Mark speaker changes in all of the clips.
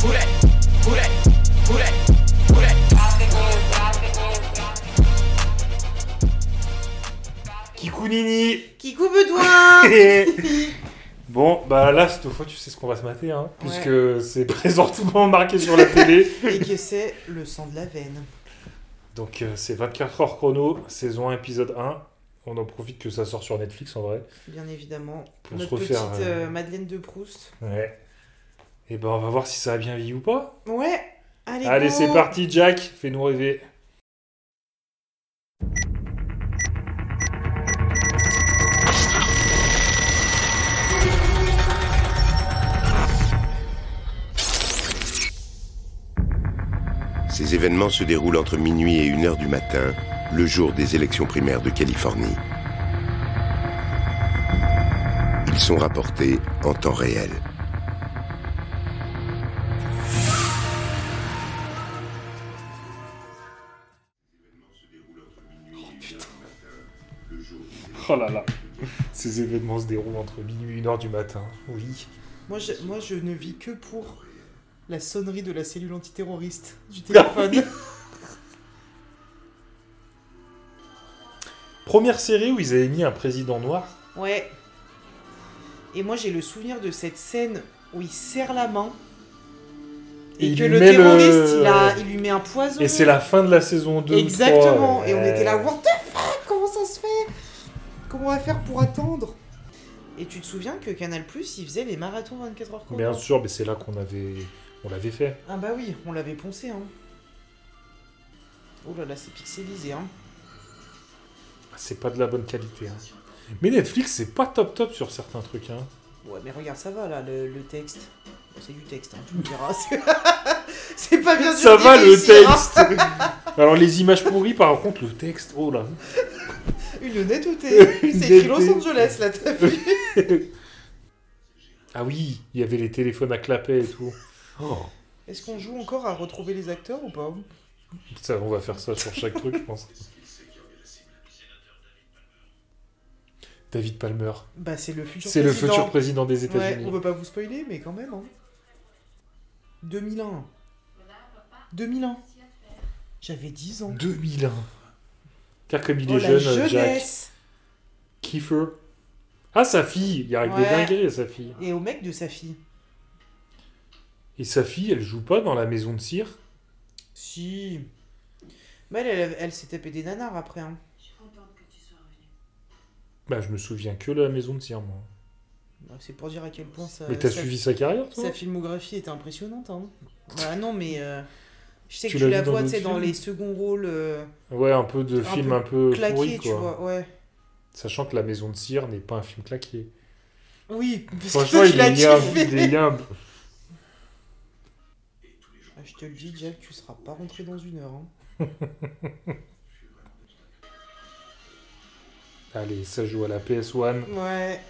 Speaker 1: Who that? Who that? Who that? Who that?
Speaker 2: Kikunini
Speaker 3: Qui coupe toi
Speaker 2: Bon, bah là, cette fois, tu sais ce qu'on va se mater, hein, puisque c'est présentement marqué sur la télé.
Speaker 3: Et que c'est le sang de la veine.
Speaker 2: Donc, euh, c'est 24 heures chrono, saison 1, épisode 1. On en profite que ça sort sur Netflix, en vrai.
Speaker 3: Bien évidemment.
Speaker 2: Pour se
Speaker 3: Notre
Speaker 2: refaire,
Speaker 3: petite
Speaker 2: euh,
Speaker 3: euh, Madeleine de Proust.
Speaker 2: Ouais. Et ben, on va voir si ça a bien vieilli ou pas.
Speaker 3: Ouais Allez,
Speaker 2: Allez,
Speaker 3: go.
Speaker 2: c'est parti, Jack. Fais-nous rêver.
Speaker 4: Ces événements se déroulent entre minuit et 1h du matin, le jour des élections primaires de Californie. Ils sont rapportés en temps réel.
Speaker 2: Oh là là. Ces événements se déroulent entre minuit et 1h du matin. Oui.
Speaker 3: Moi je, moi, je ne vis que pour la sonnerie de la cellule antiterroriste du téléphone.
Speaker 2: Première série où ils avaient mis un président noir.
Speaker 3: ouais. Et moi, j'ai le souvenir de cette scène où il serre la main.
Speaker 2: Et
Speaker 3: Et,
Speaker 2: il
Speaker 3: que
Speaker 2: lui
Speaker 3: le
Speaker 2: met le-
Speaker 3: terroriste, Il, a, il lui met un poison.
Speaker 2: Et c'est la fin de la saison 2. ou
Speaker 3: Exactement.
Speaker 2: trois.
Speaker 3: Et on
Speaker 2: Ouais.
Speaker 3: était là, what the fuck Comment ça se fait Comment on va faire pour attendre Et tu te souviens que Canal Plus, il faisait les marathons 24 heures chrono
Speaker 2: Bien sûr, mais c'est là qu'on avait... On l'avait fait.
Speaker 3: Ah bah oui, on l'avait poncé, hein. Oh là là, c'est pixelisé, hein.
Speaker 2: C'est pas de la bonne qualité. hein. Mais Netflix, c'est pas top top sur certains trucs. Hein.
Speaker 3: Ouais, mais regarde, ça va là, le, le texte. Bon, c'est du texte, hein, tu me diras. C'est- c'est pas bien sûr
Speaker 2: Ça
Speaker 3: qu'il hein.
Speaker 2: va le
Speaker 3: réussira.
Speaker 2: texte Alors les images pourries, par contre, le texte, oh là.
Speaker 3: Une honnêteté.
Speaker 2: Une
Speaker 3: c'est écrit Los
Speaker 2: honnêteté.
Speaker 3: Angeles, là, t'as vu
Speaker 2: Ah oui, il y avait les téléphones à clapet et tout. Oh,
Speaker 3: Est-ce qu'on joue encore à retrouver les acteurs ou pas
Speaker 2: ça, on va faire ça sur chaque truc, je pense. David Palmer.
Speaker 3: Bah, c'est le futur
Speaker 2: C'est le
Speaker 3: président.
Speaker 2: futur président des
Speaker 3: Ouais,
Speaker 2: États-Unis.
Speaker 3: on veut pas vous spoiler, mais quand même. Hein. 2001. 2001. J'avais 10 ans.
Speaker 2: 2001. Car comme il
Speaker 3: oh,
Speaker 2: est
Speaker 3: la
Speaker 2: jeune, euh, Jack.
Speaker 3: jeunesse
Speaker 2: Kiefer. Ah, sa fille. Il y a des
Speaker 3: Ouais.
Speaker 2: dingueries à sa fille.
Speaker 3: Et au mec de sa fille.
Speaker 2: Et sa fille, elle joue pas dans la maison de cire.
Speaker 3: Si. Mais elle, elle, elle s'est tapé des nanars après. Hein.
Speaker 2: Bah, je me souviens que de la maison de cire, moi.
Speaker 3: Bah, C'est pour dire à quel point ça.
Speaker 2: Mais t'as
Speaker 3: ça-
Speaker 2: suivi sa carrière, toi
Speaker 3: Euh, Sa filmographie était impressionnante. Hein. Bah non, mais. euh, je sais que
Speaker 2: Tu
Speaker 3: tu,
Speaker 2: l'as
Speaker 3: la
Speaker 2: vu dans
Speaker 3: vois, tu
Speaker 2: d'autres
Speaker 3: sais, dans
Speaker 2: films
Speaker 3: les seconds rôles euh,
Speaker 2: Ouais, un peu de
Speaker 3: Un
Speaker 2: film
Speaker 3: peu
Speaker 2: un peu
Speaker 3: claqués,
Speaker 2: pourri,
Speaker 3: tu
Speaker 2: quoi.
Speaker 3: vois. Ouais.
Speaker 2: Sachant que La Maison de Cire n'est pas un film claqué.
Speaker 3: Oui, parce que
Speaker 2: Franchement,
Speaker 3: toi, tu
Speaker 2: il
Speaker 3: l'as
Speaker 2: est yimbe,
Speaker 3: kiffé.
Speaker 2: il est yimbe.
Speaker 3: Ah, Je te le dis, Jack, tu seras pas rentré dans une heure. hein.
Speaker 2: Allez, ça joue à la PS1.
Speaker 3: Ouais.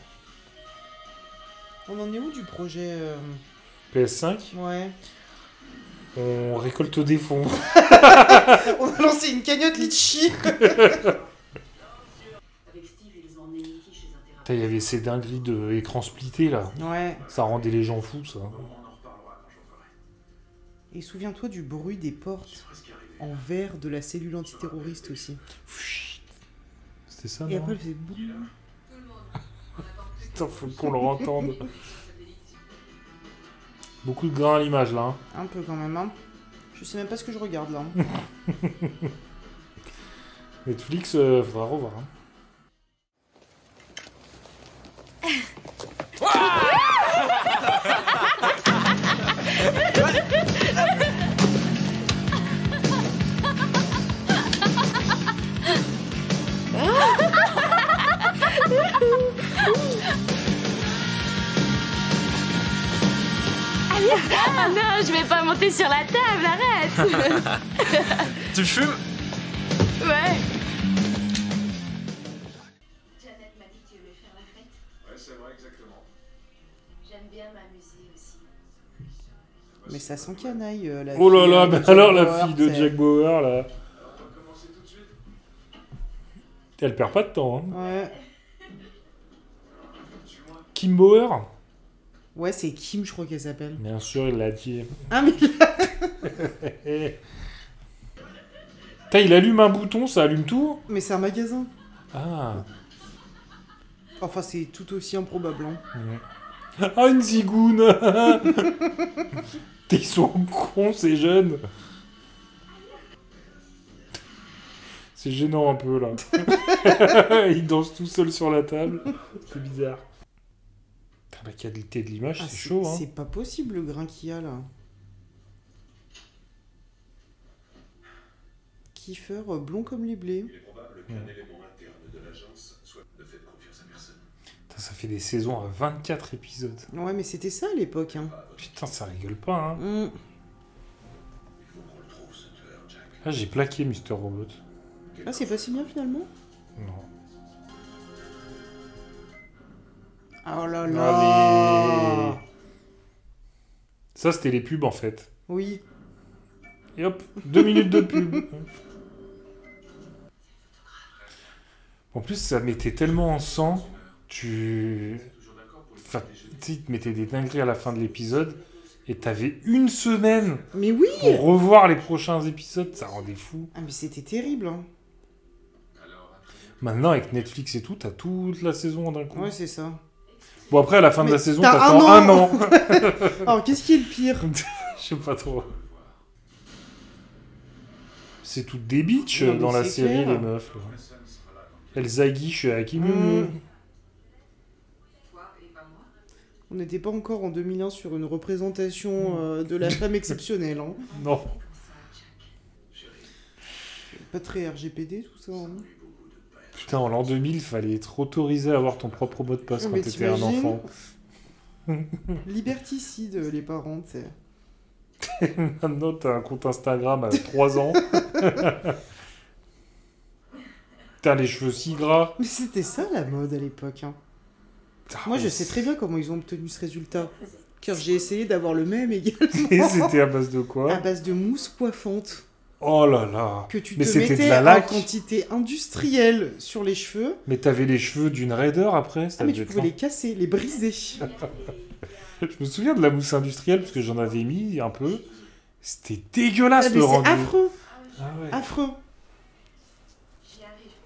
Speaker 3: On en est où du projet euh,
Speaker 2: PS5,
Speaker 3: Ouais.
Speaker 2: on récolte des fonds.
Speaker 3: On a lancé une cagnotte litchi.
Speaker 5: Avec Steve, ils ont emmené Nikki chez un thérapeute.
Speaker 2: Putain, Il y avait ces dingueries de écran splitté, là.
Speaker 3: Ouais.
Speaker 2: Ça rendait les gens fous, ça.
Speaker 3: Et souviens-toi du bruit des portes en verre de la cellule antiterroriste aussi.
Speaker 2: C'était ça,
Speaker 3: Et
Speaker 2: non
Speaker 3: après, elle faisait boum.
Speaker 2: Putain, faut qu'on le entende. Beaucoup de grains à l'image, là. hein.
Speaker 3: Un peu quand même, hein. Je sais même pas ce que je regarde là. hein.
Speaker 2: Netflix, euh, faudra revoir. hein.
Speaker 6: Ah non, je vais pas monter sur la table, arrête
Speaker 7: Tu fumes
Speaker 6: Ouais
Speaker 5: Janet m'a dit que tu voulais faire la fête.
Speaker 7: Ouais, c'est vrai, exactement.
Speaker 5: J'aime bien m'amuser aussi.
Speaker 3: Mais ça sent canaille euh, la
Speaker 2: Oh là
Speaker 3: fille,
Speaker 2: là,
Speaker 3: euh,
Speaker 2: mais
Speaker 3: Jack
Speaker 2: alors la
Speaker 3: Bauer,
Speaker 2: fille de
Speaker 3: c'est-
Speaker 2: Jack Bauer, là. Elle perd pas de temps. hein.
Speaker 3: Ouais.
Speaker 2: Kim Bauer
Speaker 3: Ouais, c'est Kim, je crois qu'elle s'appelle.
Speaker 2: Bien sûr, il l'a dit.
Speaker 3: Ah, mais
Speaker 2: Putain, il allume un bouton, ça allume tout
Speaker 3: Mais c'est un magasin.
Speaker 2: Ah.
Speaker 3: Enfin, c'est tout aussi improbable. hein.
Speaker 2: Mm. Ah, une zigoune Ils sont cons, ces jeunes C'est gênant un peu, là. Ils dansent tout seuls sur la table. C'est bizarre. Putain, la qualité de l'image,
Speaker 3: Ah,
Speaker 2: c'est chaud, hein.
Speaker 3: C'est pas possible le grain qu'il y a là. Kiefer euh, blond comme les blés.
Speaker 7: Il est probable qu'un élément interne de l'agence soit ne fait confiance à personne.
Speaker 2: Putain, ça fait des saisons à 24 épisodes.
Speaker 3: Ouais, mais c'était ça à l'époque. Hein.
Speaker 2: Putain, ça rigole pas, hein.
Speaker 3: Mm.
Speaker 7: Il faut qu'on le trouve, ce tueur, Jack.
Speaker 2: Ah, j'ai plaqué Mr. Robot.
Speaker 3: Ah, c'est pas si bien finalement
Speaker 2: Non.
Speaker 3: Oh là
Speaker 2: Allez.
Speaker 3: là
Speaker 2: Ça, c'était les pubs, en fait.
Speaker 3: Oui.
Speaker 2: Et hop, deux minutes de pub. En plus, ça mettait tellement en sang, tu... Enfin, tu sais, ils te mettais des dingueries à la fin de l'épisode, et t'avais une semaine
Speaker 3: Mais oui
Speaker 2: pour revoir les prochains épisodes, ça rendait fou.
Speaker 3: Ah, mais c'était terrible. Hein.
Speaker 2: Maintenant, avec Netflix et tout, t'as toute la saison d'un coup.
Speaker 3: Ouais, c'est ça.
Speaker 2: Mmh. Bon, après, à la fin de
Speaker 3: Mais
Speaker 2: la saison,
Speaker 3: t'as
Speaker 2: t'attends
Speaker 3: un
Speaker 2: un an.
Speaker 3: Alors, Oh, qu'est-ce qui est le pire
Speaker 2: Je sais pas trop. C'est toutes des bitches
Speaker 3: Non, mais
Speaker 2: dans la
Speaker 3: c'est
Speaker 2: série,
Speaker 3: clair.
Speaker 2: les meufs. là. Elsa Guiche à qui
Speaker 3: Mm.
Speaker 5: Toi et pas moi.
Speaker 3: On n'était pas encore en 2001 sur une représentation euh, de la femme exceptionnelle. hein.
Speaker 2: Non.
Speaker 3: Pas très RGPD tout ça. hein.
Speaker 2: Putain, en l'an 2000, fallait être autorisé à avoir ton propre mot de passe
Speaker 3: Non,
Speaker 2: quand
Speaker 3: mais
Speaker 2: t'étais un
Speaker 3: t'imagines
Speaker 2: enfant.
Speaker 3: Liberticide, euh, les parents, tu sais.
Speaker 2: Maintenant, t'as un compte Instagram à 3 ans. T'as les cheveux si gras.
Speaker 3: Mais c'était ça la mode à l'époque. hein.
Speaker 2: Putain,
Speaker 3: Moi, je
Speaker 2: mais
Speaker 3: sais très bien comment ils ont obtenu ce résultat. Car j'ai essayé d'avoir le même également.
Speaker 2: c'était- C'était à base de quoi
Speaker 3: À base de mousse coiffante
Speaker 2: Oh là là.
Speaker 3: Ah bah. que tu
Speaker 2: Mais
Speaker 3: te
Speaker 2: c'était de
Speaker 3: mettais
Speaker 2: la
Speaker 3: en
Speaker 2: laque.
Speaker 3: quantité industrielle sur les cheveux.
Speaker 2: Mais t'avais les cheveux d'une raideur après hein. ça
Speaker 3: Ah,
Speaker 2: Ah,
Speaker 3: mais
Speaker 2: devait
Speaker 3: tu
Speaker 2: être
Speaker 3: pouvais les casser, les briser.
Speaker 2: Je me souviens de la mousse industrielle parce que j'en avais mis un peu. C'était dégueulasse
Speaker 3: Ah, mais
Speaker 2: le
Speaker 3: c'est
Speaker 2: rendu.
Speaker 3: affreux,
Speaker 2: Ah ouais.
Speaker 3: affreux.
Speaker 5: J'y arrive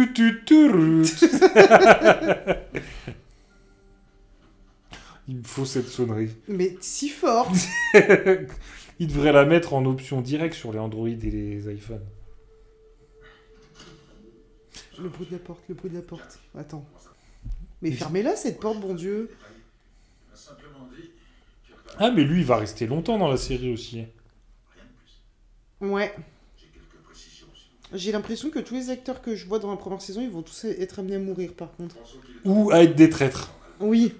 Speaker 5: peu à peu.
Speaker 2: Tu, tu, tu, rut. Il me faut cette sonnerie.
Speaker 3: Mais si fort.
Speaker 2: Il devrait la mettre en option directe sur les Android et les iPhones.
Speaker 3: Le bruit de la porte, le bruit de la porte. Attends. Mais fermez-la cette porte, bon Dieu.
Speaker 7: Il m'a simplement dit que
Speaker 2: Ah mais lui il va rester longtemps dans la série aussi. hein.
Speaker 7: rien de plus.
Speaker 3: Ouais.
Speaker 7: J'ai quelques précisions. s'il vous plaît.
Speaker 3: J'ai l'impression que tous les acteurs que je vois dans la première saison, ils vont tous être amenés à mourir par contre.
Speaker 7: Pensons qu'il est
Speaker 2: Ou à être des traîtres.
Speaker 3: Oui.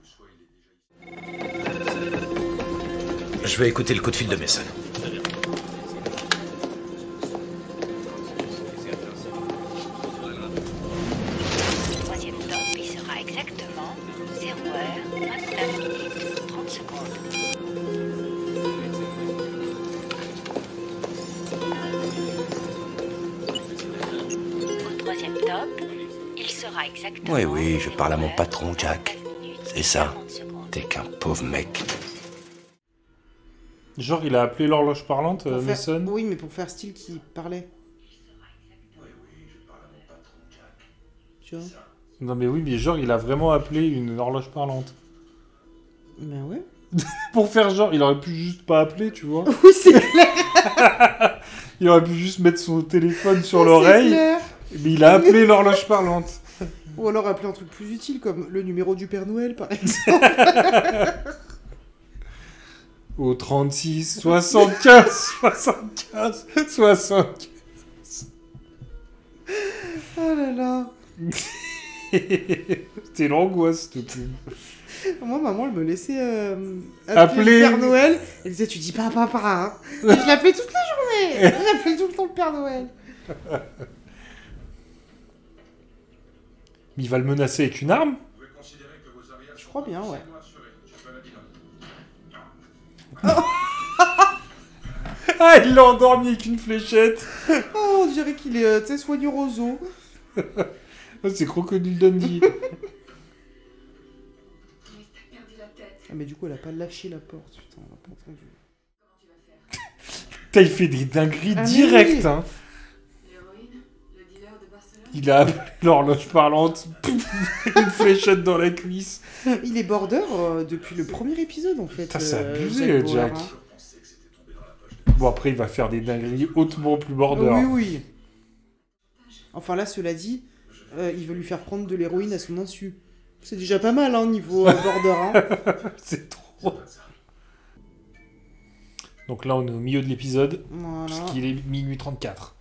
Speaker 7: que soit il est déjà ici.
Speaker 8: Je vais écouter le coup de fil de Mason.
Speaker 9: troisième temps, il sera exactement 0h29 minutes 30 secondes. Au troisième top, il sera exactement.
Speaker 8: Oui, oui, je parle à mon patron,
Speaker 9: 0h29
Speaker 8: Jack.
Speaker 9: minutes
Speaker 8: C'est ça.
Speaker 9: 40 secondes.
Speaker 8: T'es qu'un pauvre mec.
Speaker 2: Genre il a appelé l'horloge parlante euh,
Speaker 3: Pour faire- Oh.
Speaker 2: Mason.
Speaker 3: Oui, mais pour faire style qui parlait. Tu vois
Speaker 2: Non mais oui mais genre il a vraiment appelé une horloge parlante.
Speaker 3: Ben ouais.
Speaker 2: Pour faire genre il aurait pu juste pas appeler tu vois.
Speaker 3: Oui, c'est
Speaker 2: Il aurait pu juste mettre son téléphone sur
Speaker 3: c'est
Speaker 2: l'oreille.
Speaker 3: clair.
Speaker 2: Mais il a appelé l'horloge parlante.
Speaker 3: Ou alors appeler un truc plus utile comme le numéro du Père Noël par exemple.
Speaker 2: Au 36, 75, 75, 75.
Speaker 3: Oh là là.
Speaker 2: C'était l'angoisse tout de suite.
Speaker 3: Moi, maman, elle me laissait euh, appeler,
Speaker 2: Appeler.
Speaker 3: le Père Noël. Elle disait, tu dis pas papa. Hein. Et je l'appelais toute la journée. Je l'appelais tout le temps le Père Noël.
Speaker 2: Mais il va le menacer avec une arme
Speaker 7: Vous pouvez considérer que vos arrières
Speaker 3: Je crois bien, ouais.
Speaker 7: sont assurées. Je peux la dire.
Speaker 2: Ah, il l'a endormi avec une fléchette
Speaker 3: Ah, Oh, on dirait qu'il est, euh, tu sais, soigneur aux os.
Speaker 2: Ah, C'est Crocodile Dundee.
Speaker 5: Mais t'as perdu la tête.
Speaker 3: Ah, mais du coup, elle a pas lâché la porte, putain. La porte elle joue.
Speaker 2: Putain, il fait des dingueries
Speaker 3: Ah, mais
Speaker 2: directes.
Speaker 3: oui.
Speaker 2: hein.
Speaker 5: L'héroïne, le dealer de Barcelone.
Speaker 2: Il a appelé l'horloge parlante, pouf, une fléchette dans la cuisse.
Speaker 3: Il est border euh, depuis le premier épisode, en fait.
Speaker 2: Putain, c'est
Speaker 3: euh,
Speaker 2: abusé,
Speaker 3: Jack
Speaker 2: le
Speaker 3: Bauer,
Speaker 2: Jack.
Speaker 3: hein.
Speaker 2: Bon, après, il va faire des dingueries hautement plus border.
Speaker 3: Ah, Oui, oui. Enfin, là, cela dit, euh, il veut lui faire prendre de l'héroïne à son insu. C'est déjà pas mal, hein, niveau euh, border. hein.
Speaker 2: C'est trop. Donc là, on est au milieu de l'épisode,
Speaker 3: Voilà.
Speaker 2: parce qu'il est minuit 34.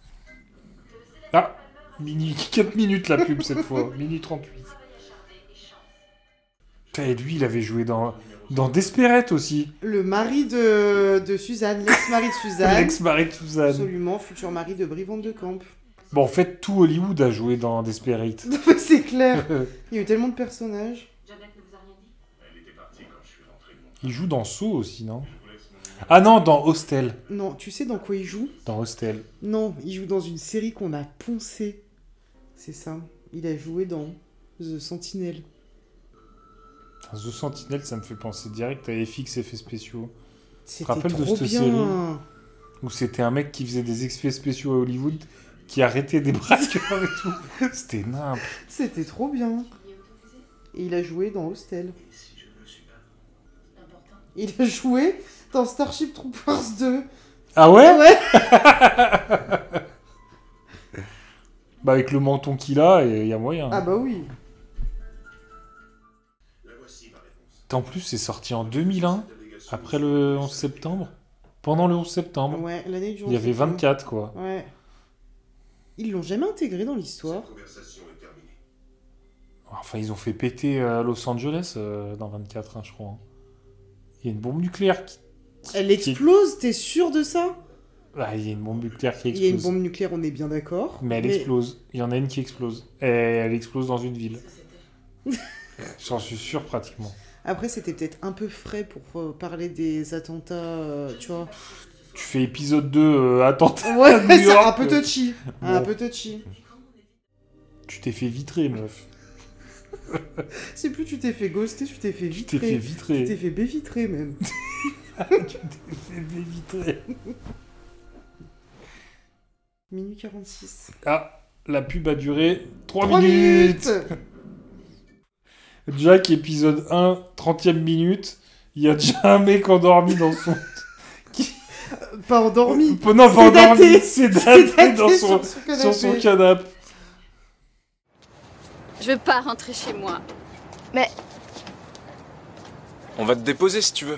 Speaker 2: Ah minuit, 4 minutes la pub cette fois, minuit 38. Putain, Et lui, il avait joué dans, dans Desperate aussi,
Speaker 3: Le mari de, de Suzanne, l'ex-mari de Suzanne.
Speaker 2: l'ex-mari de Suzanne.
Speaker 3: Absolument, futur mari de Brivante de Camp.
Speaker 2: Bon, en fait, tout Hollywood a joué dans Desperate.
Speaker 3: Non, mais c'est clair. Il y a eu tellement de personnages.
Speaker 5: Jeannette ne vous a rien dit
Speaker 2: il joue dans Saw aussi, non Ah non, dans Hostel.
Speaker 3: Non, tu sais dans quoi il joue
Speaker 2: Dans Hostel.
Speaker 3: Non, il joue dans une série qu'on a poncée. C'est ça. Il a joué dans The Sentinel.
Speaker 2: Putain, The Sentinel, ça me fait penser direct à FX effets spéciaux.
Speaker 3: C'était
Speaker 2: rappelles de
Speaker 3: trop
Speaker 2: cette
Speaker 3: bien.
Speaker 2: série où c'était un mec qui faisait des effets spéciaux à Hollywood qui arrêtait des braqueurs et tout. C'était nimp.
Speaker 3: C'était trop bien. Et il a joué dans Hostel. Il a joué dans Starship Troopers 2.
Speaker 2: Ah ouais
Speaker 3: Ouais.
Speaker 2: Bah avec le menton qu'il a, il y a moyen.
Speaker 3: Ah bah oui.
Speaker 2: En plus, c'est sorti en 2001, après le 11 septembre. Pendant le 11 septembre,
Speaker 3: Ouais, l'année du
Speaker 2: il y avait
Speaker 3: 11 septembre.
Speaker 2: 24 quoi.
Speaker 3: Ouais. Ils l'ont jamais intégré dans l'histoire.
Speaker 2: Enfin, ils ont fait péter euh, Los Angeles euh, dans 24, hein, je crois. hein. Il y a une bombe nucléaire qui...
Speaker 3: Elle explose, t'es sûr de ça
Speaker 2: Ah, il y a une bombe nucléaire qui
Speaker 3: Il y a
Speaker 2: explose.
Speaker 3: une bombe nucléaire, on est bien d'accord.
Speaker 2: Mais elle explose. Il y en a une qui explose. Et elle explose dans une ville. J'en suis sûr pratiquement.
Speaker 3: Après, c'était peut-être un peu frais pour euh, parler des attentats, euh, tu vois.
Speaker 2: Tu fais épisode 2, euh, attentat.
Speaker 3: Ouais,
Speaker 2: New
Speaker 3: c'est un
Speaker 2: York.
Speaker 3: peu touchy. Un
Speaker 2: Bon.
Speaker 3: peu touchy.
Speaker 2: Tu t'es fait vitrer, meuf.
Speaker 3: C'est plus tu t'es fait ghoster, tu t'es fait
Speaker 2: Tu t'es fait
Speaker 3: vitrer. Tu t'es
Speaker 2: vitrer.
Speaker 3: fait bévitrer même.
Speaker 2: Tu t'es fait vitrer.
Speaker 3: Minuit 46.
Speaker 2: Ah, la pub a duré 3,
Speaker 3: Trois
Speaker 2: minutes. Jack, épisode 1, 30ème minute. Il y a déjà un mec endormi dans son.
Speaker 3: Pas endormi
Speaker 2: Non, pas
Speaker 3: Sédaté.
Speaker 2: endormi, sédaté dans
Speaker 3: Sédaté
Speaker 2: son,
Speaker 3: sur son
Speaker 2: sur son
Speaker 3: canapé.
Speaker 2: canapé.
Speaker 6: Je veux pas rentrer chez moi.
Speaker 8: On va te déposer si tu veux.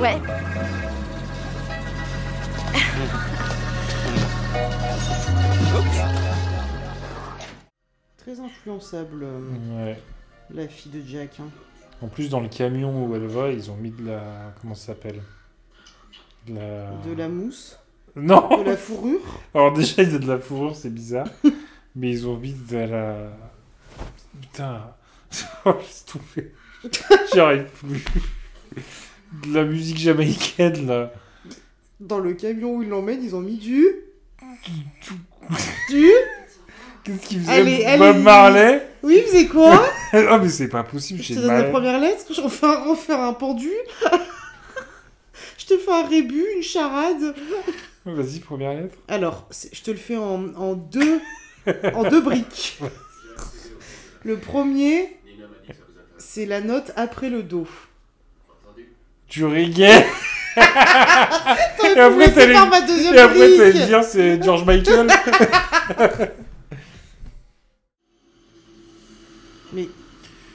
Speaker 6: Ouais.
Speaker 3: Très influençable, euh,
Speaker 2: Ouais.
Speaker 3: la fille de Jack. hein.
Speaker 2: En plus, dans le camion où elle va, ils ont mis de la. Comment ça s'appelle De la.
Speaker 3: De la mousse,
Speaker 2: Non
Speaker 3: de la fourrure.
Speaker 2: Alors déjà, ils ont de la fourrure, c'est bizarre. mais ils ont vite de la... Putain. Oh, Laisse tomber. J'y arrive plus. De la musique jamaïcaine, là.
Speaker 3: Dans le camion où ils l'emmènent, ils ont mis du... Du
Speaker 2: Qu'est-ce qu'ils
Speaker 3: Allez,
Speaker 2: faisaient
Speaker 3: allez,
Speaker 2: Bob
Speaker 3: allez.
Speaker 2: Marley
Speaker 3: Oui, il faisait quoi
Speaker 2: Ah, mais c'est pas possible,
Speaker 3: Je
Speaker 2: j'ai
Speaker 3: te donne la
Speaker 2: mal.
Speaker 3: première lettre, j'en fais un, on fait un pendu. je te fais un rébut, une charade.
Speaker 2: Vas-y, première lettre.
Speaker 3: Alors, c'est- je te le fais en, en deux, en deux briques. Le premier, c'est la note après le do.
Speaker 2: Tu riais Et après,
Speaker 3: Laissez
Speaker 2: t'allais-
Speaker 3: faire ma deuxième
Speaker 2: et après
Speaker 3: brique.
Speaker 2: t'allais dire c'est George Michael.
Speaker 3: Mais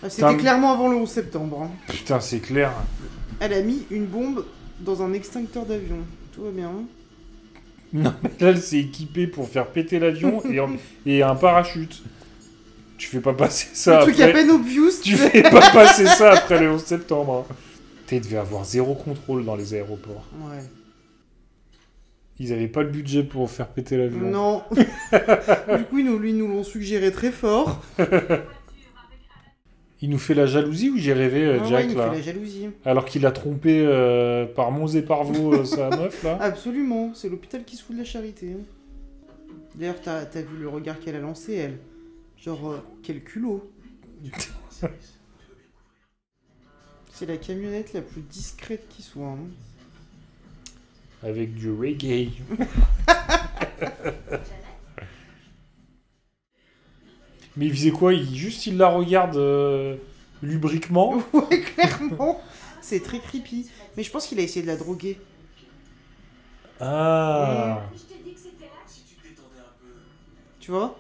Speaker 3: ah,
Speaker 2: Putain.
Speaker 3: c'était clairement avant le 11 septembre. hein.
Speaker 2: Putain, c'est clair.
Speaker 3: Elle a mis une bombe dans un extincteur d'avion. Tout va bien. hein
Speaker 2: Non, mais là, elle s'est équipée pour faire péter l'avion et, en- et un parachute. Tu fais pas passer ça
Speaker 3: le truc
Speaker 2: après.
Speaker 3: à peine obvious.
Speaker 2: Tu fais pas passer ça après le 11 septembre. hein. T'es devait avoir zéro contrôle dans les aéroports.
Speaker 3: Ouais.
Speaker 2: Ils avaient pas le budget pour faire péter l'avion.
Speaker 3: Non. du coup, ils nous, lui, nous l'ont suggéré très fort.
Speaker 2: Il nous fait la jalousie ou j'ai rêvé, euh,
Speaker 3: Ah ouais,
Speaker 2: Jack,
Speaker 3: il nous
Speaker 2: là
Speaker 3: fait la jalousie.
Speaker 2: Alors qu'il a trompé euh, par Mons et Parvo euh, sa meuf, là
Speaker 3: Absolument, c'est l'hôpital qui se fout de la charité. D'ailleurs, t'as t'as vu le regard qu'elle a lancé, elle Genre, euh, quel culot C'est la camionnette la plus discrète qui soit. hein.
Speaker 2: Avec du reggae. Mais il faisait quoi il, Juste il la regarde euh, lubriquement
Speaker 3: Ouais, clairement C'est très creepy. Mais je pense qu'il a essayé de la droguer.
Speaker 2: Ah
Speaker 3: Tu vois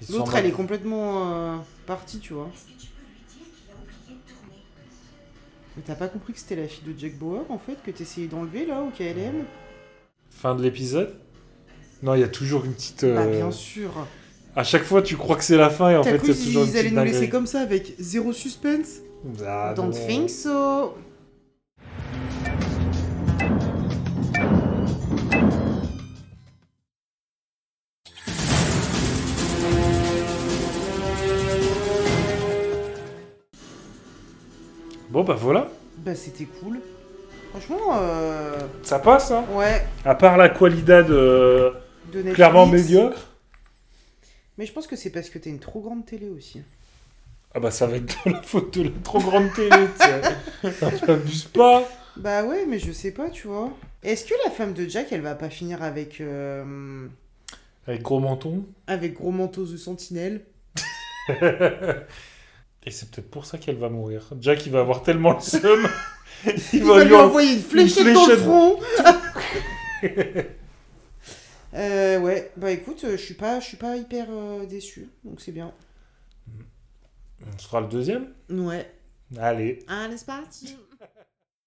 Speaker 2: Il s'en
Speaker 3: L'autre,
Speaker 2: bat.
Speaker 3: elle est complètement euh, partie, tu vois. Mais t'as pas compris que c'était la fille de Jack Bauer, en fait, que t'essayais d'enlever, là, au KLM
Speaker 2: Fin de l'épisode Non, il y a toujours une petite... euh,
Speaker 3: Bah, bien sûr
Speaker 2: À chaque fois, tu crois que c'est la fin et en
Speaker 3: T'as
Speaker 2: fait,
Speaker 3: cru
Speaker 2: c'est toujours une
Speaker 3: qu'ils allaient
Speaker 2: petite
Speaker 3: nous laisser
Speaker 2: dinguerie.
Speaker 3: comme ça, avec zéro suspense
Speaker 2: Ah,
Speaker 3: Don't
Speaker 2: non.
Speaker 3: think so
Speaker 2: Bon, bah voilà.
Speaker 3: Bah, c'était cool. Franchement, euh...
Speaker 2: Ça passe, hein
Speaker 3: Ouais,
Speaker 2: À part la qualidad euh,
Speaker 3: de Netflix.
Speaker 2: clairement médiocre.
Speaker 3: Mais je pense que c'est parce que t'as une trop grande télé, aussi.
Speaker 2: Ah bah ça va être de la faute de la trop grande télé, tu sais. T'abuses pas.
Speaker 3: Bah ouais, mais je sais pas, tu vois. Est-ce que la femme de Jack, elle va pas finir avec... euh,
Speaker 2: Avec gros menton.
Speaker 3: Avec gros manteau de sentinelle
Speaker 2: Et c'est peut-être pour ça qu'elle va mourir. Jack, il va avoir tellement le seum.
Speaker 3: Il va lui envoyer une fléchette, dans le
Speaker 2: fléchette.
Speaker 3: front. Euh, ouais, bah écoute, euh, je suis pas, je suis pas hyper euh, déçu, donc c'est bien.
Speaker 2: On sera le deuxième
Speaker 3: Ouais.
Speaker 2: Allez.
Speaker 3: Allez, c'est parti.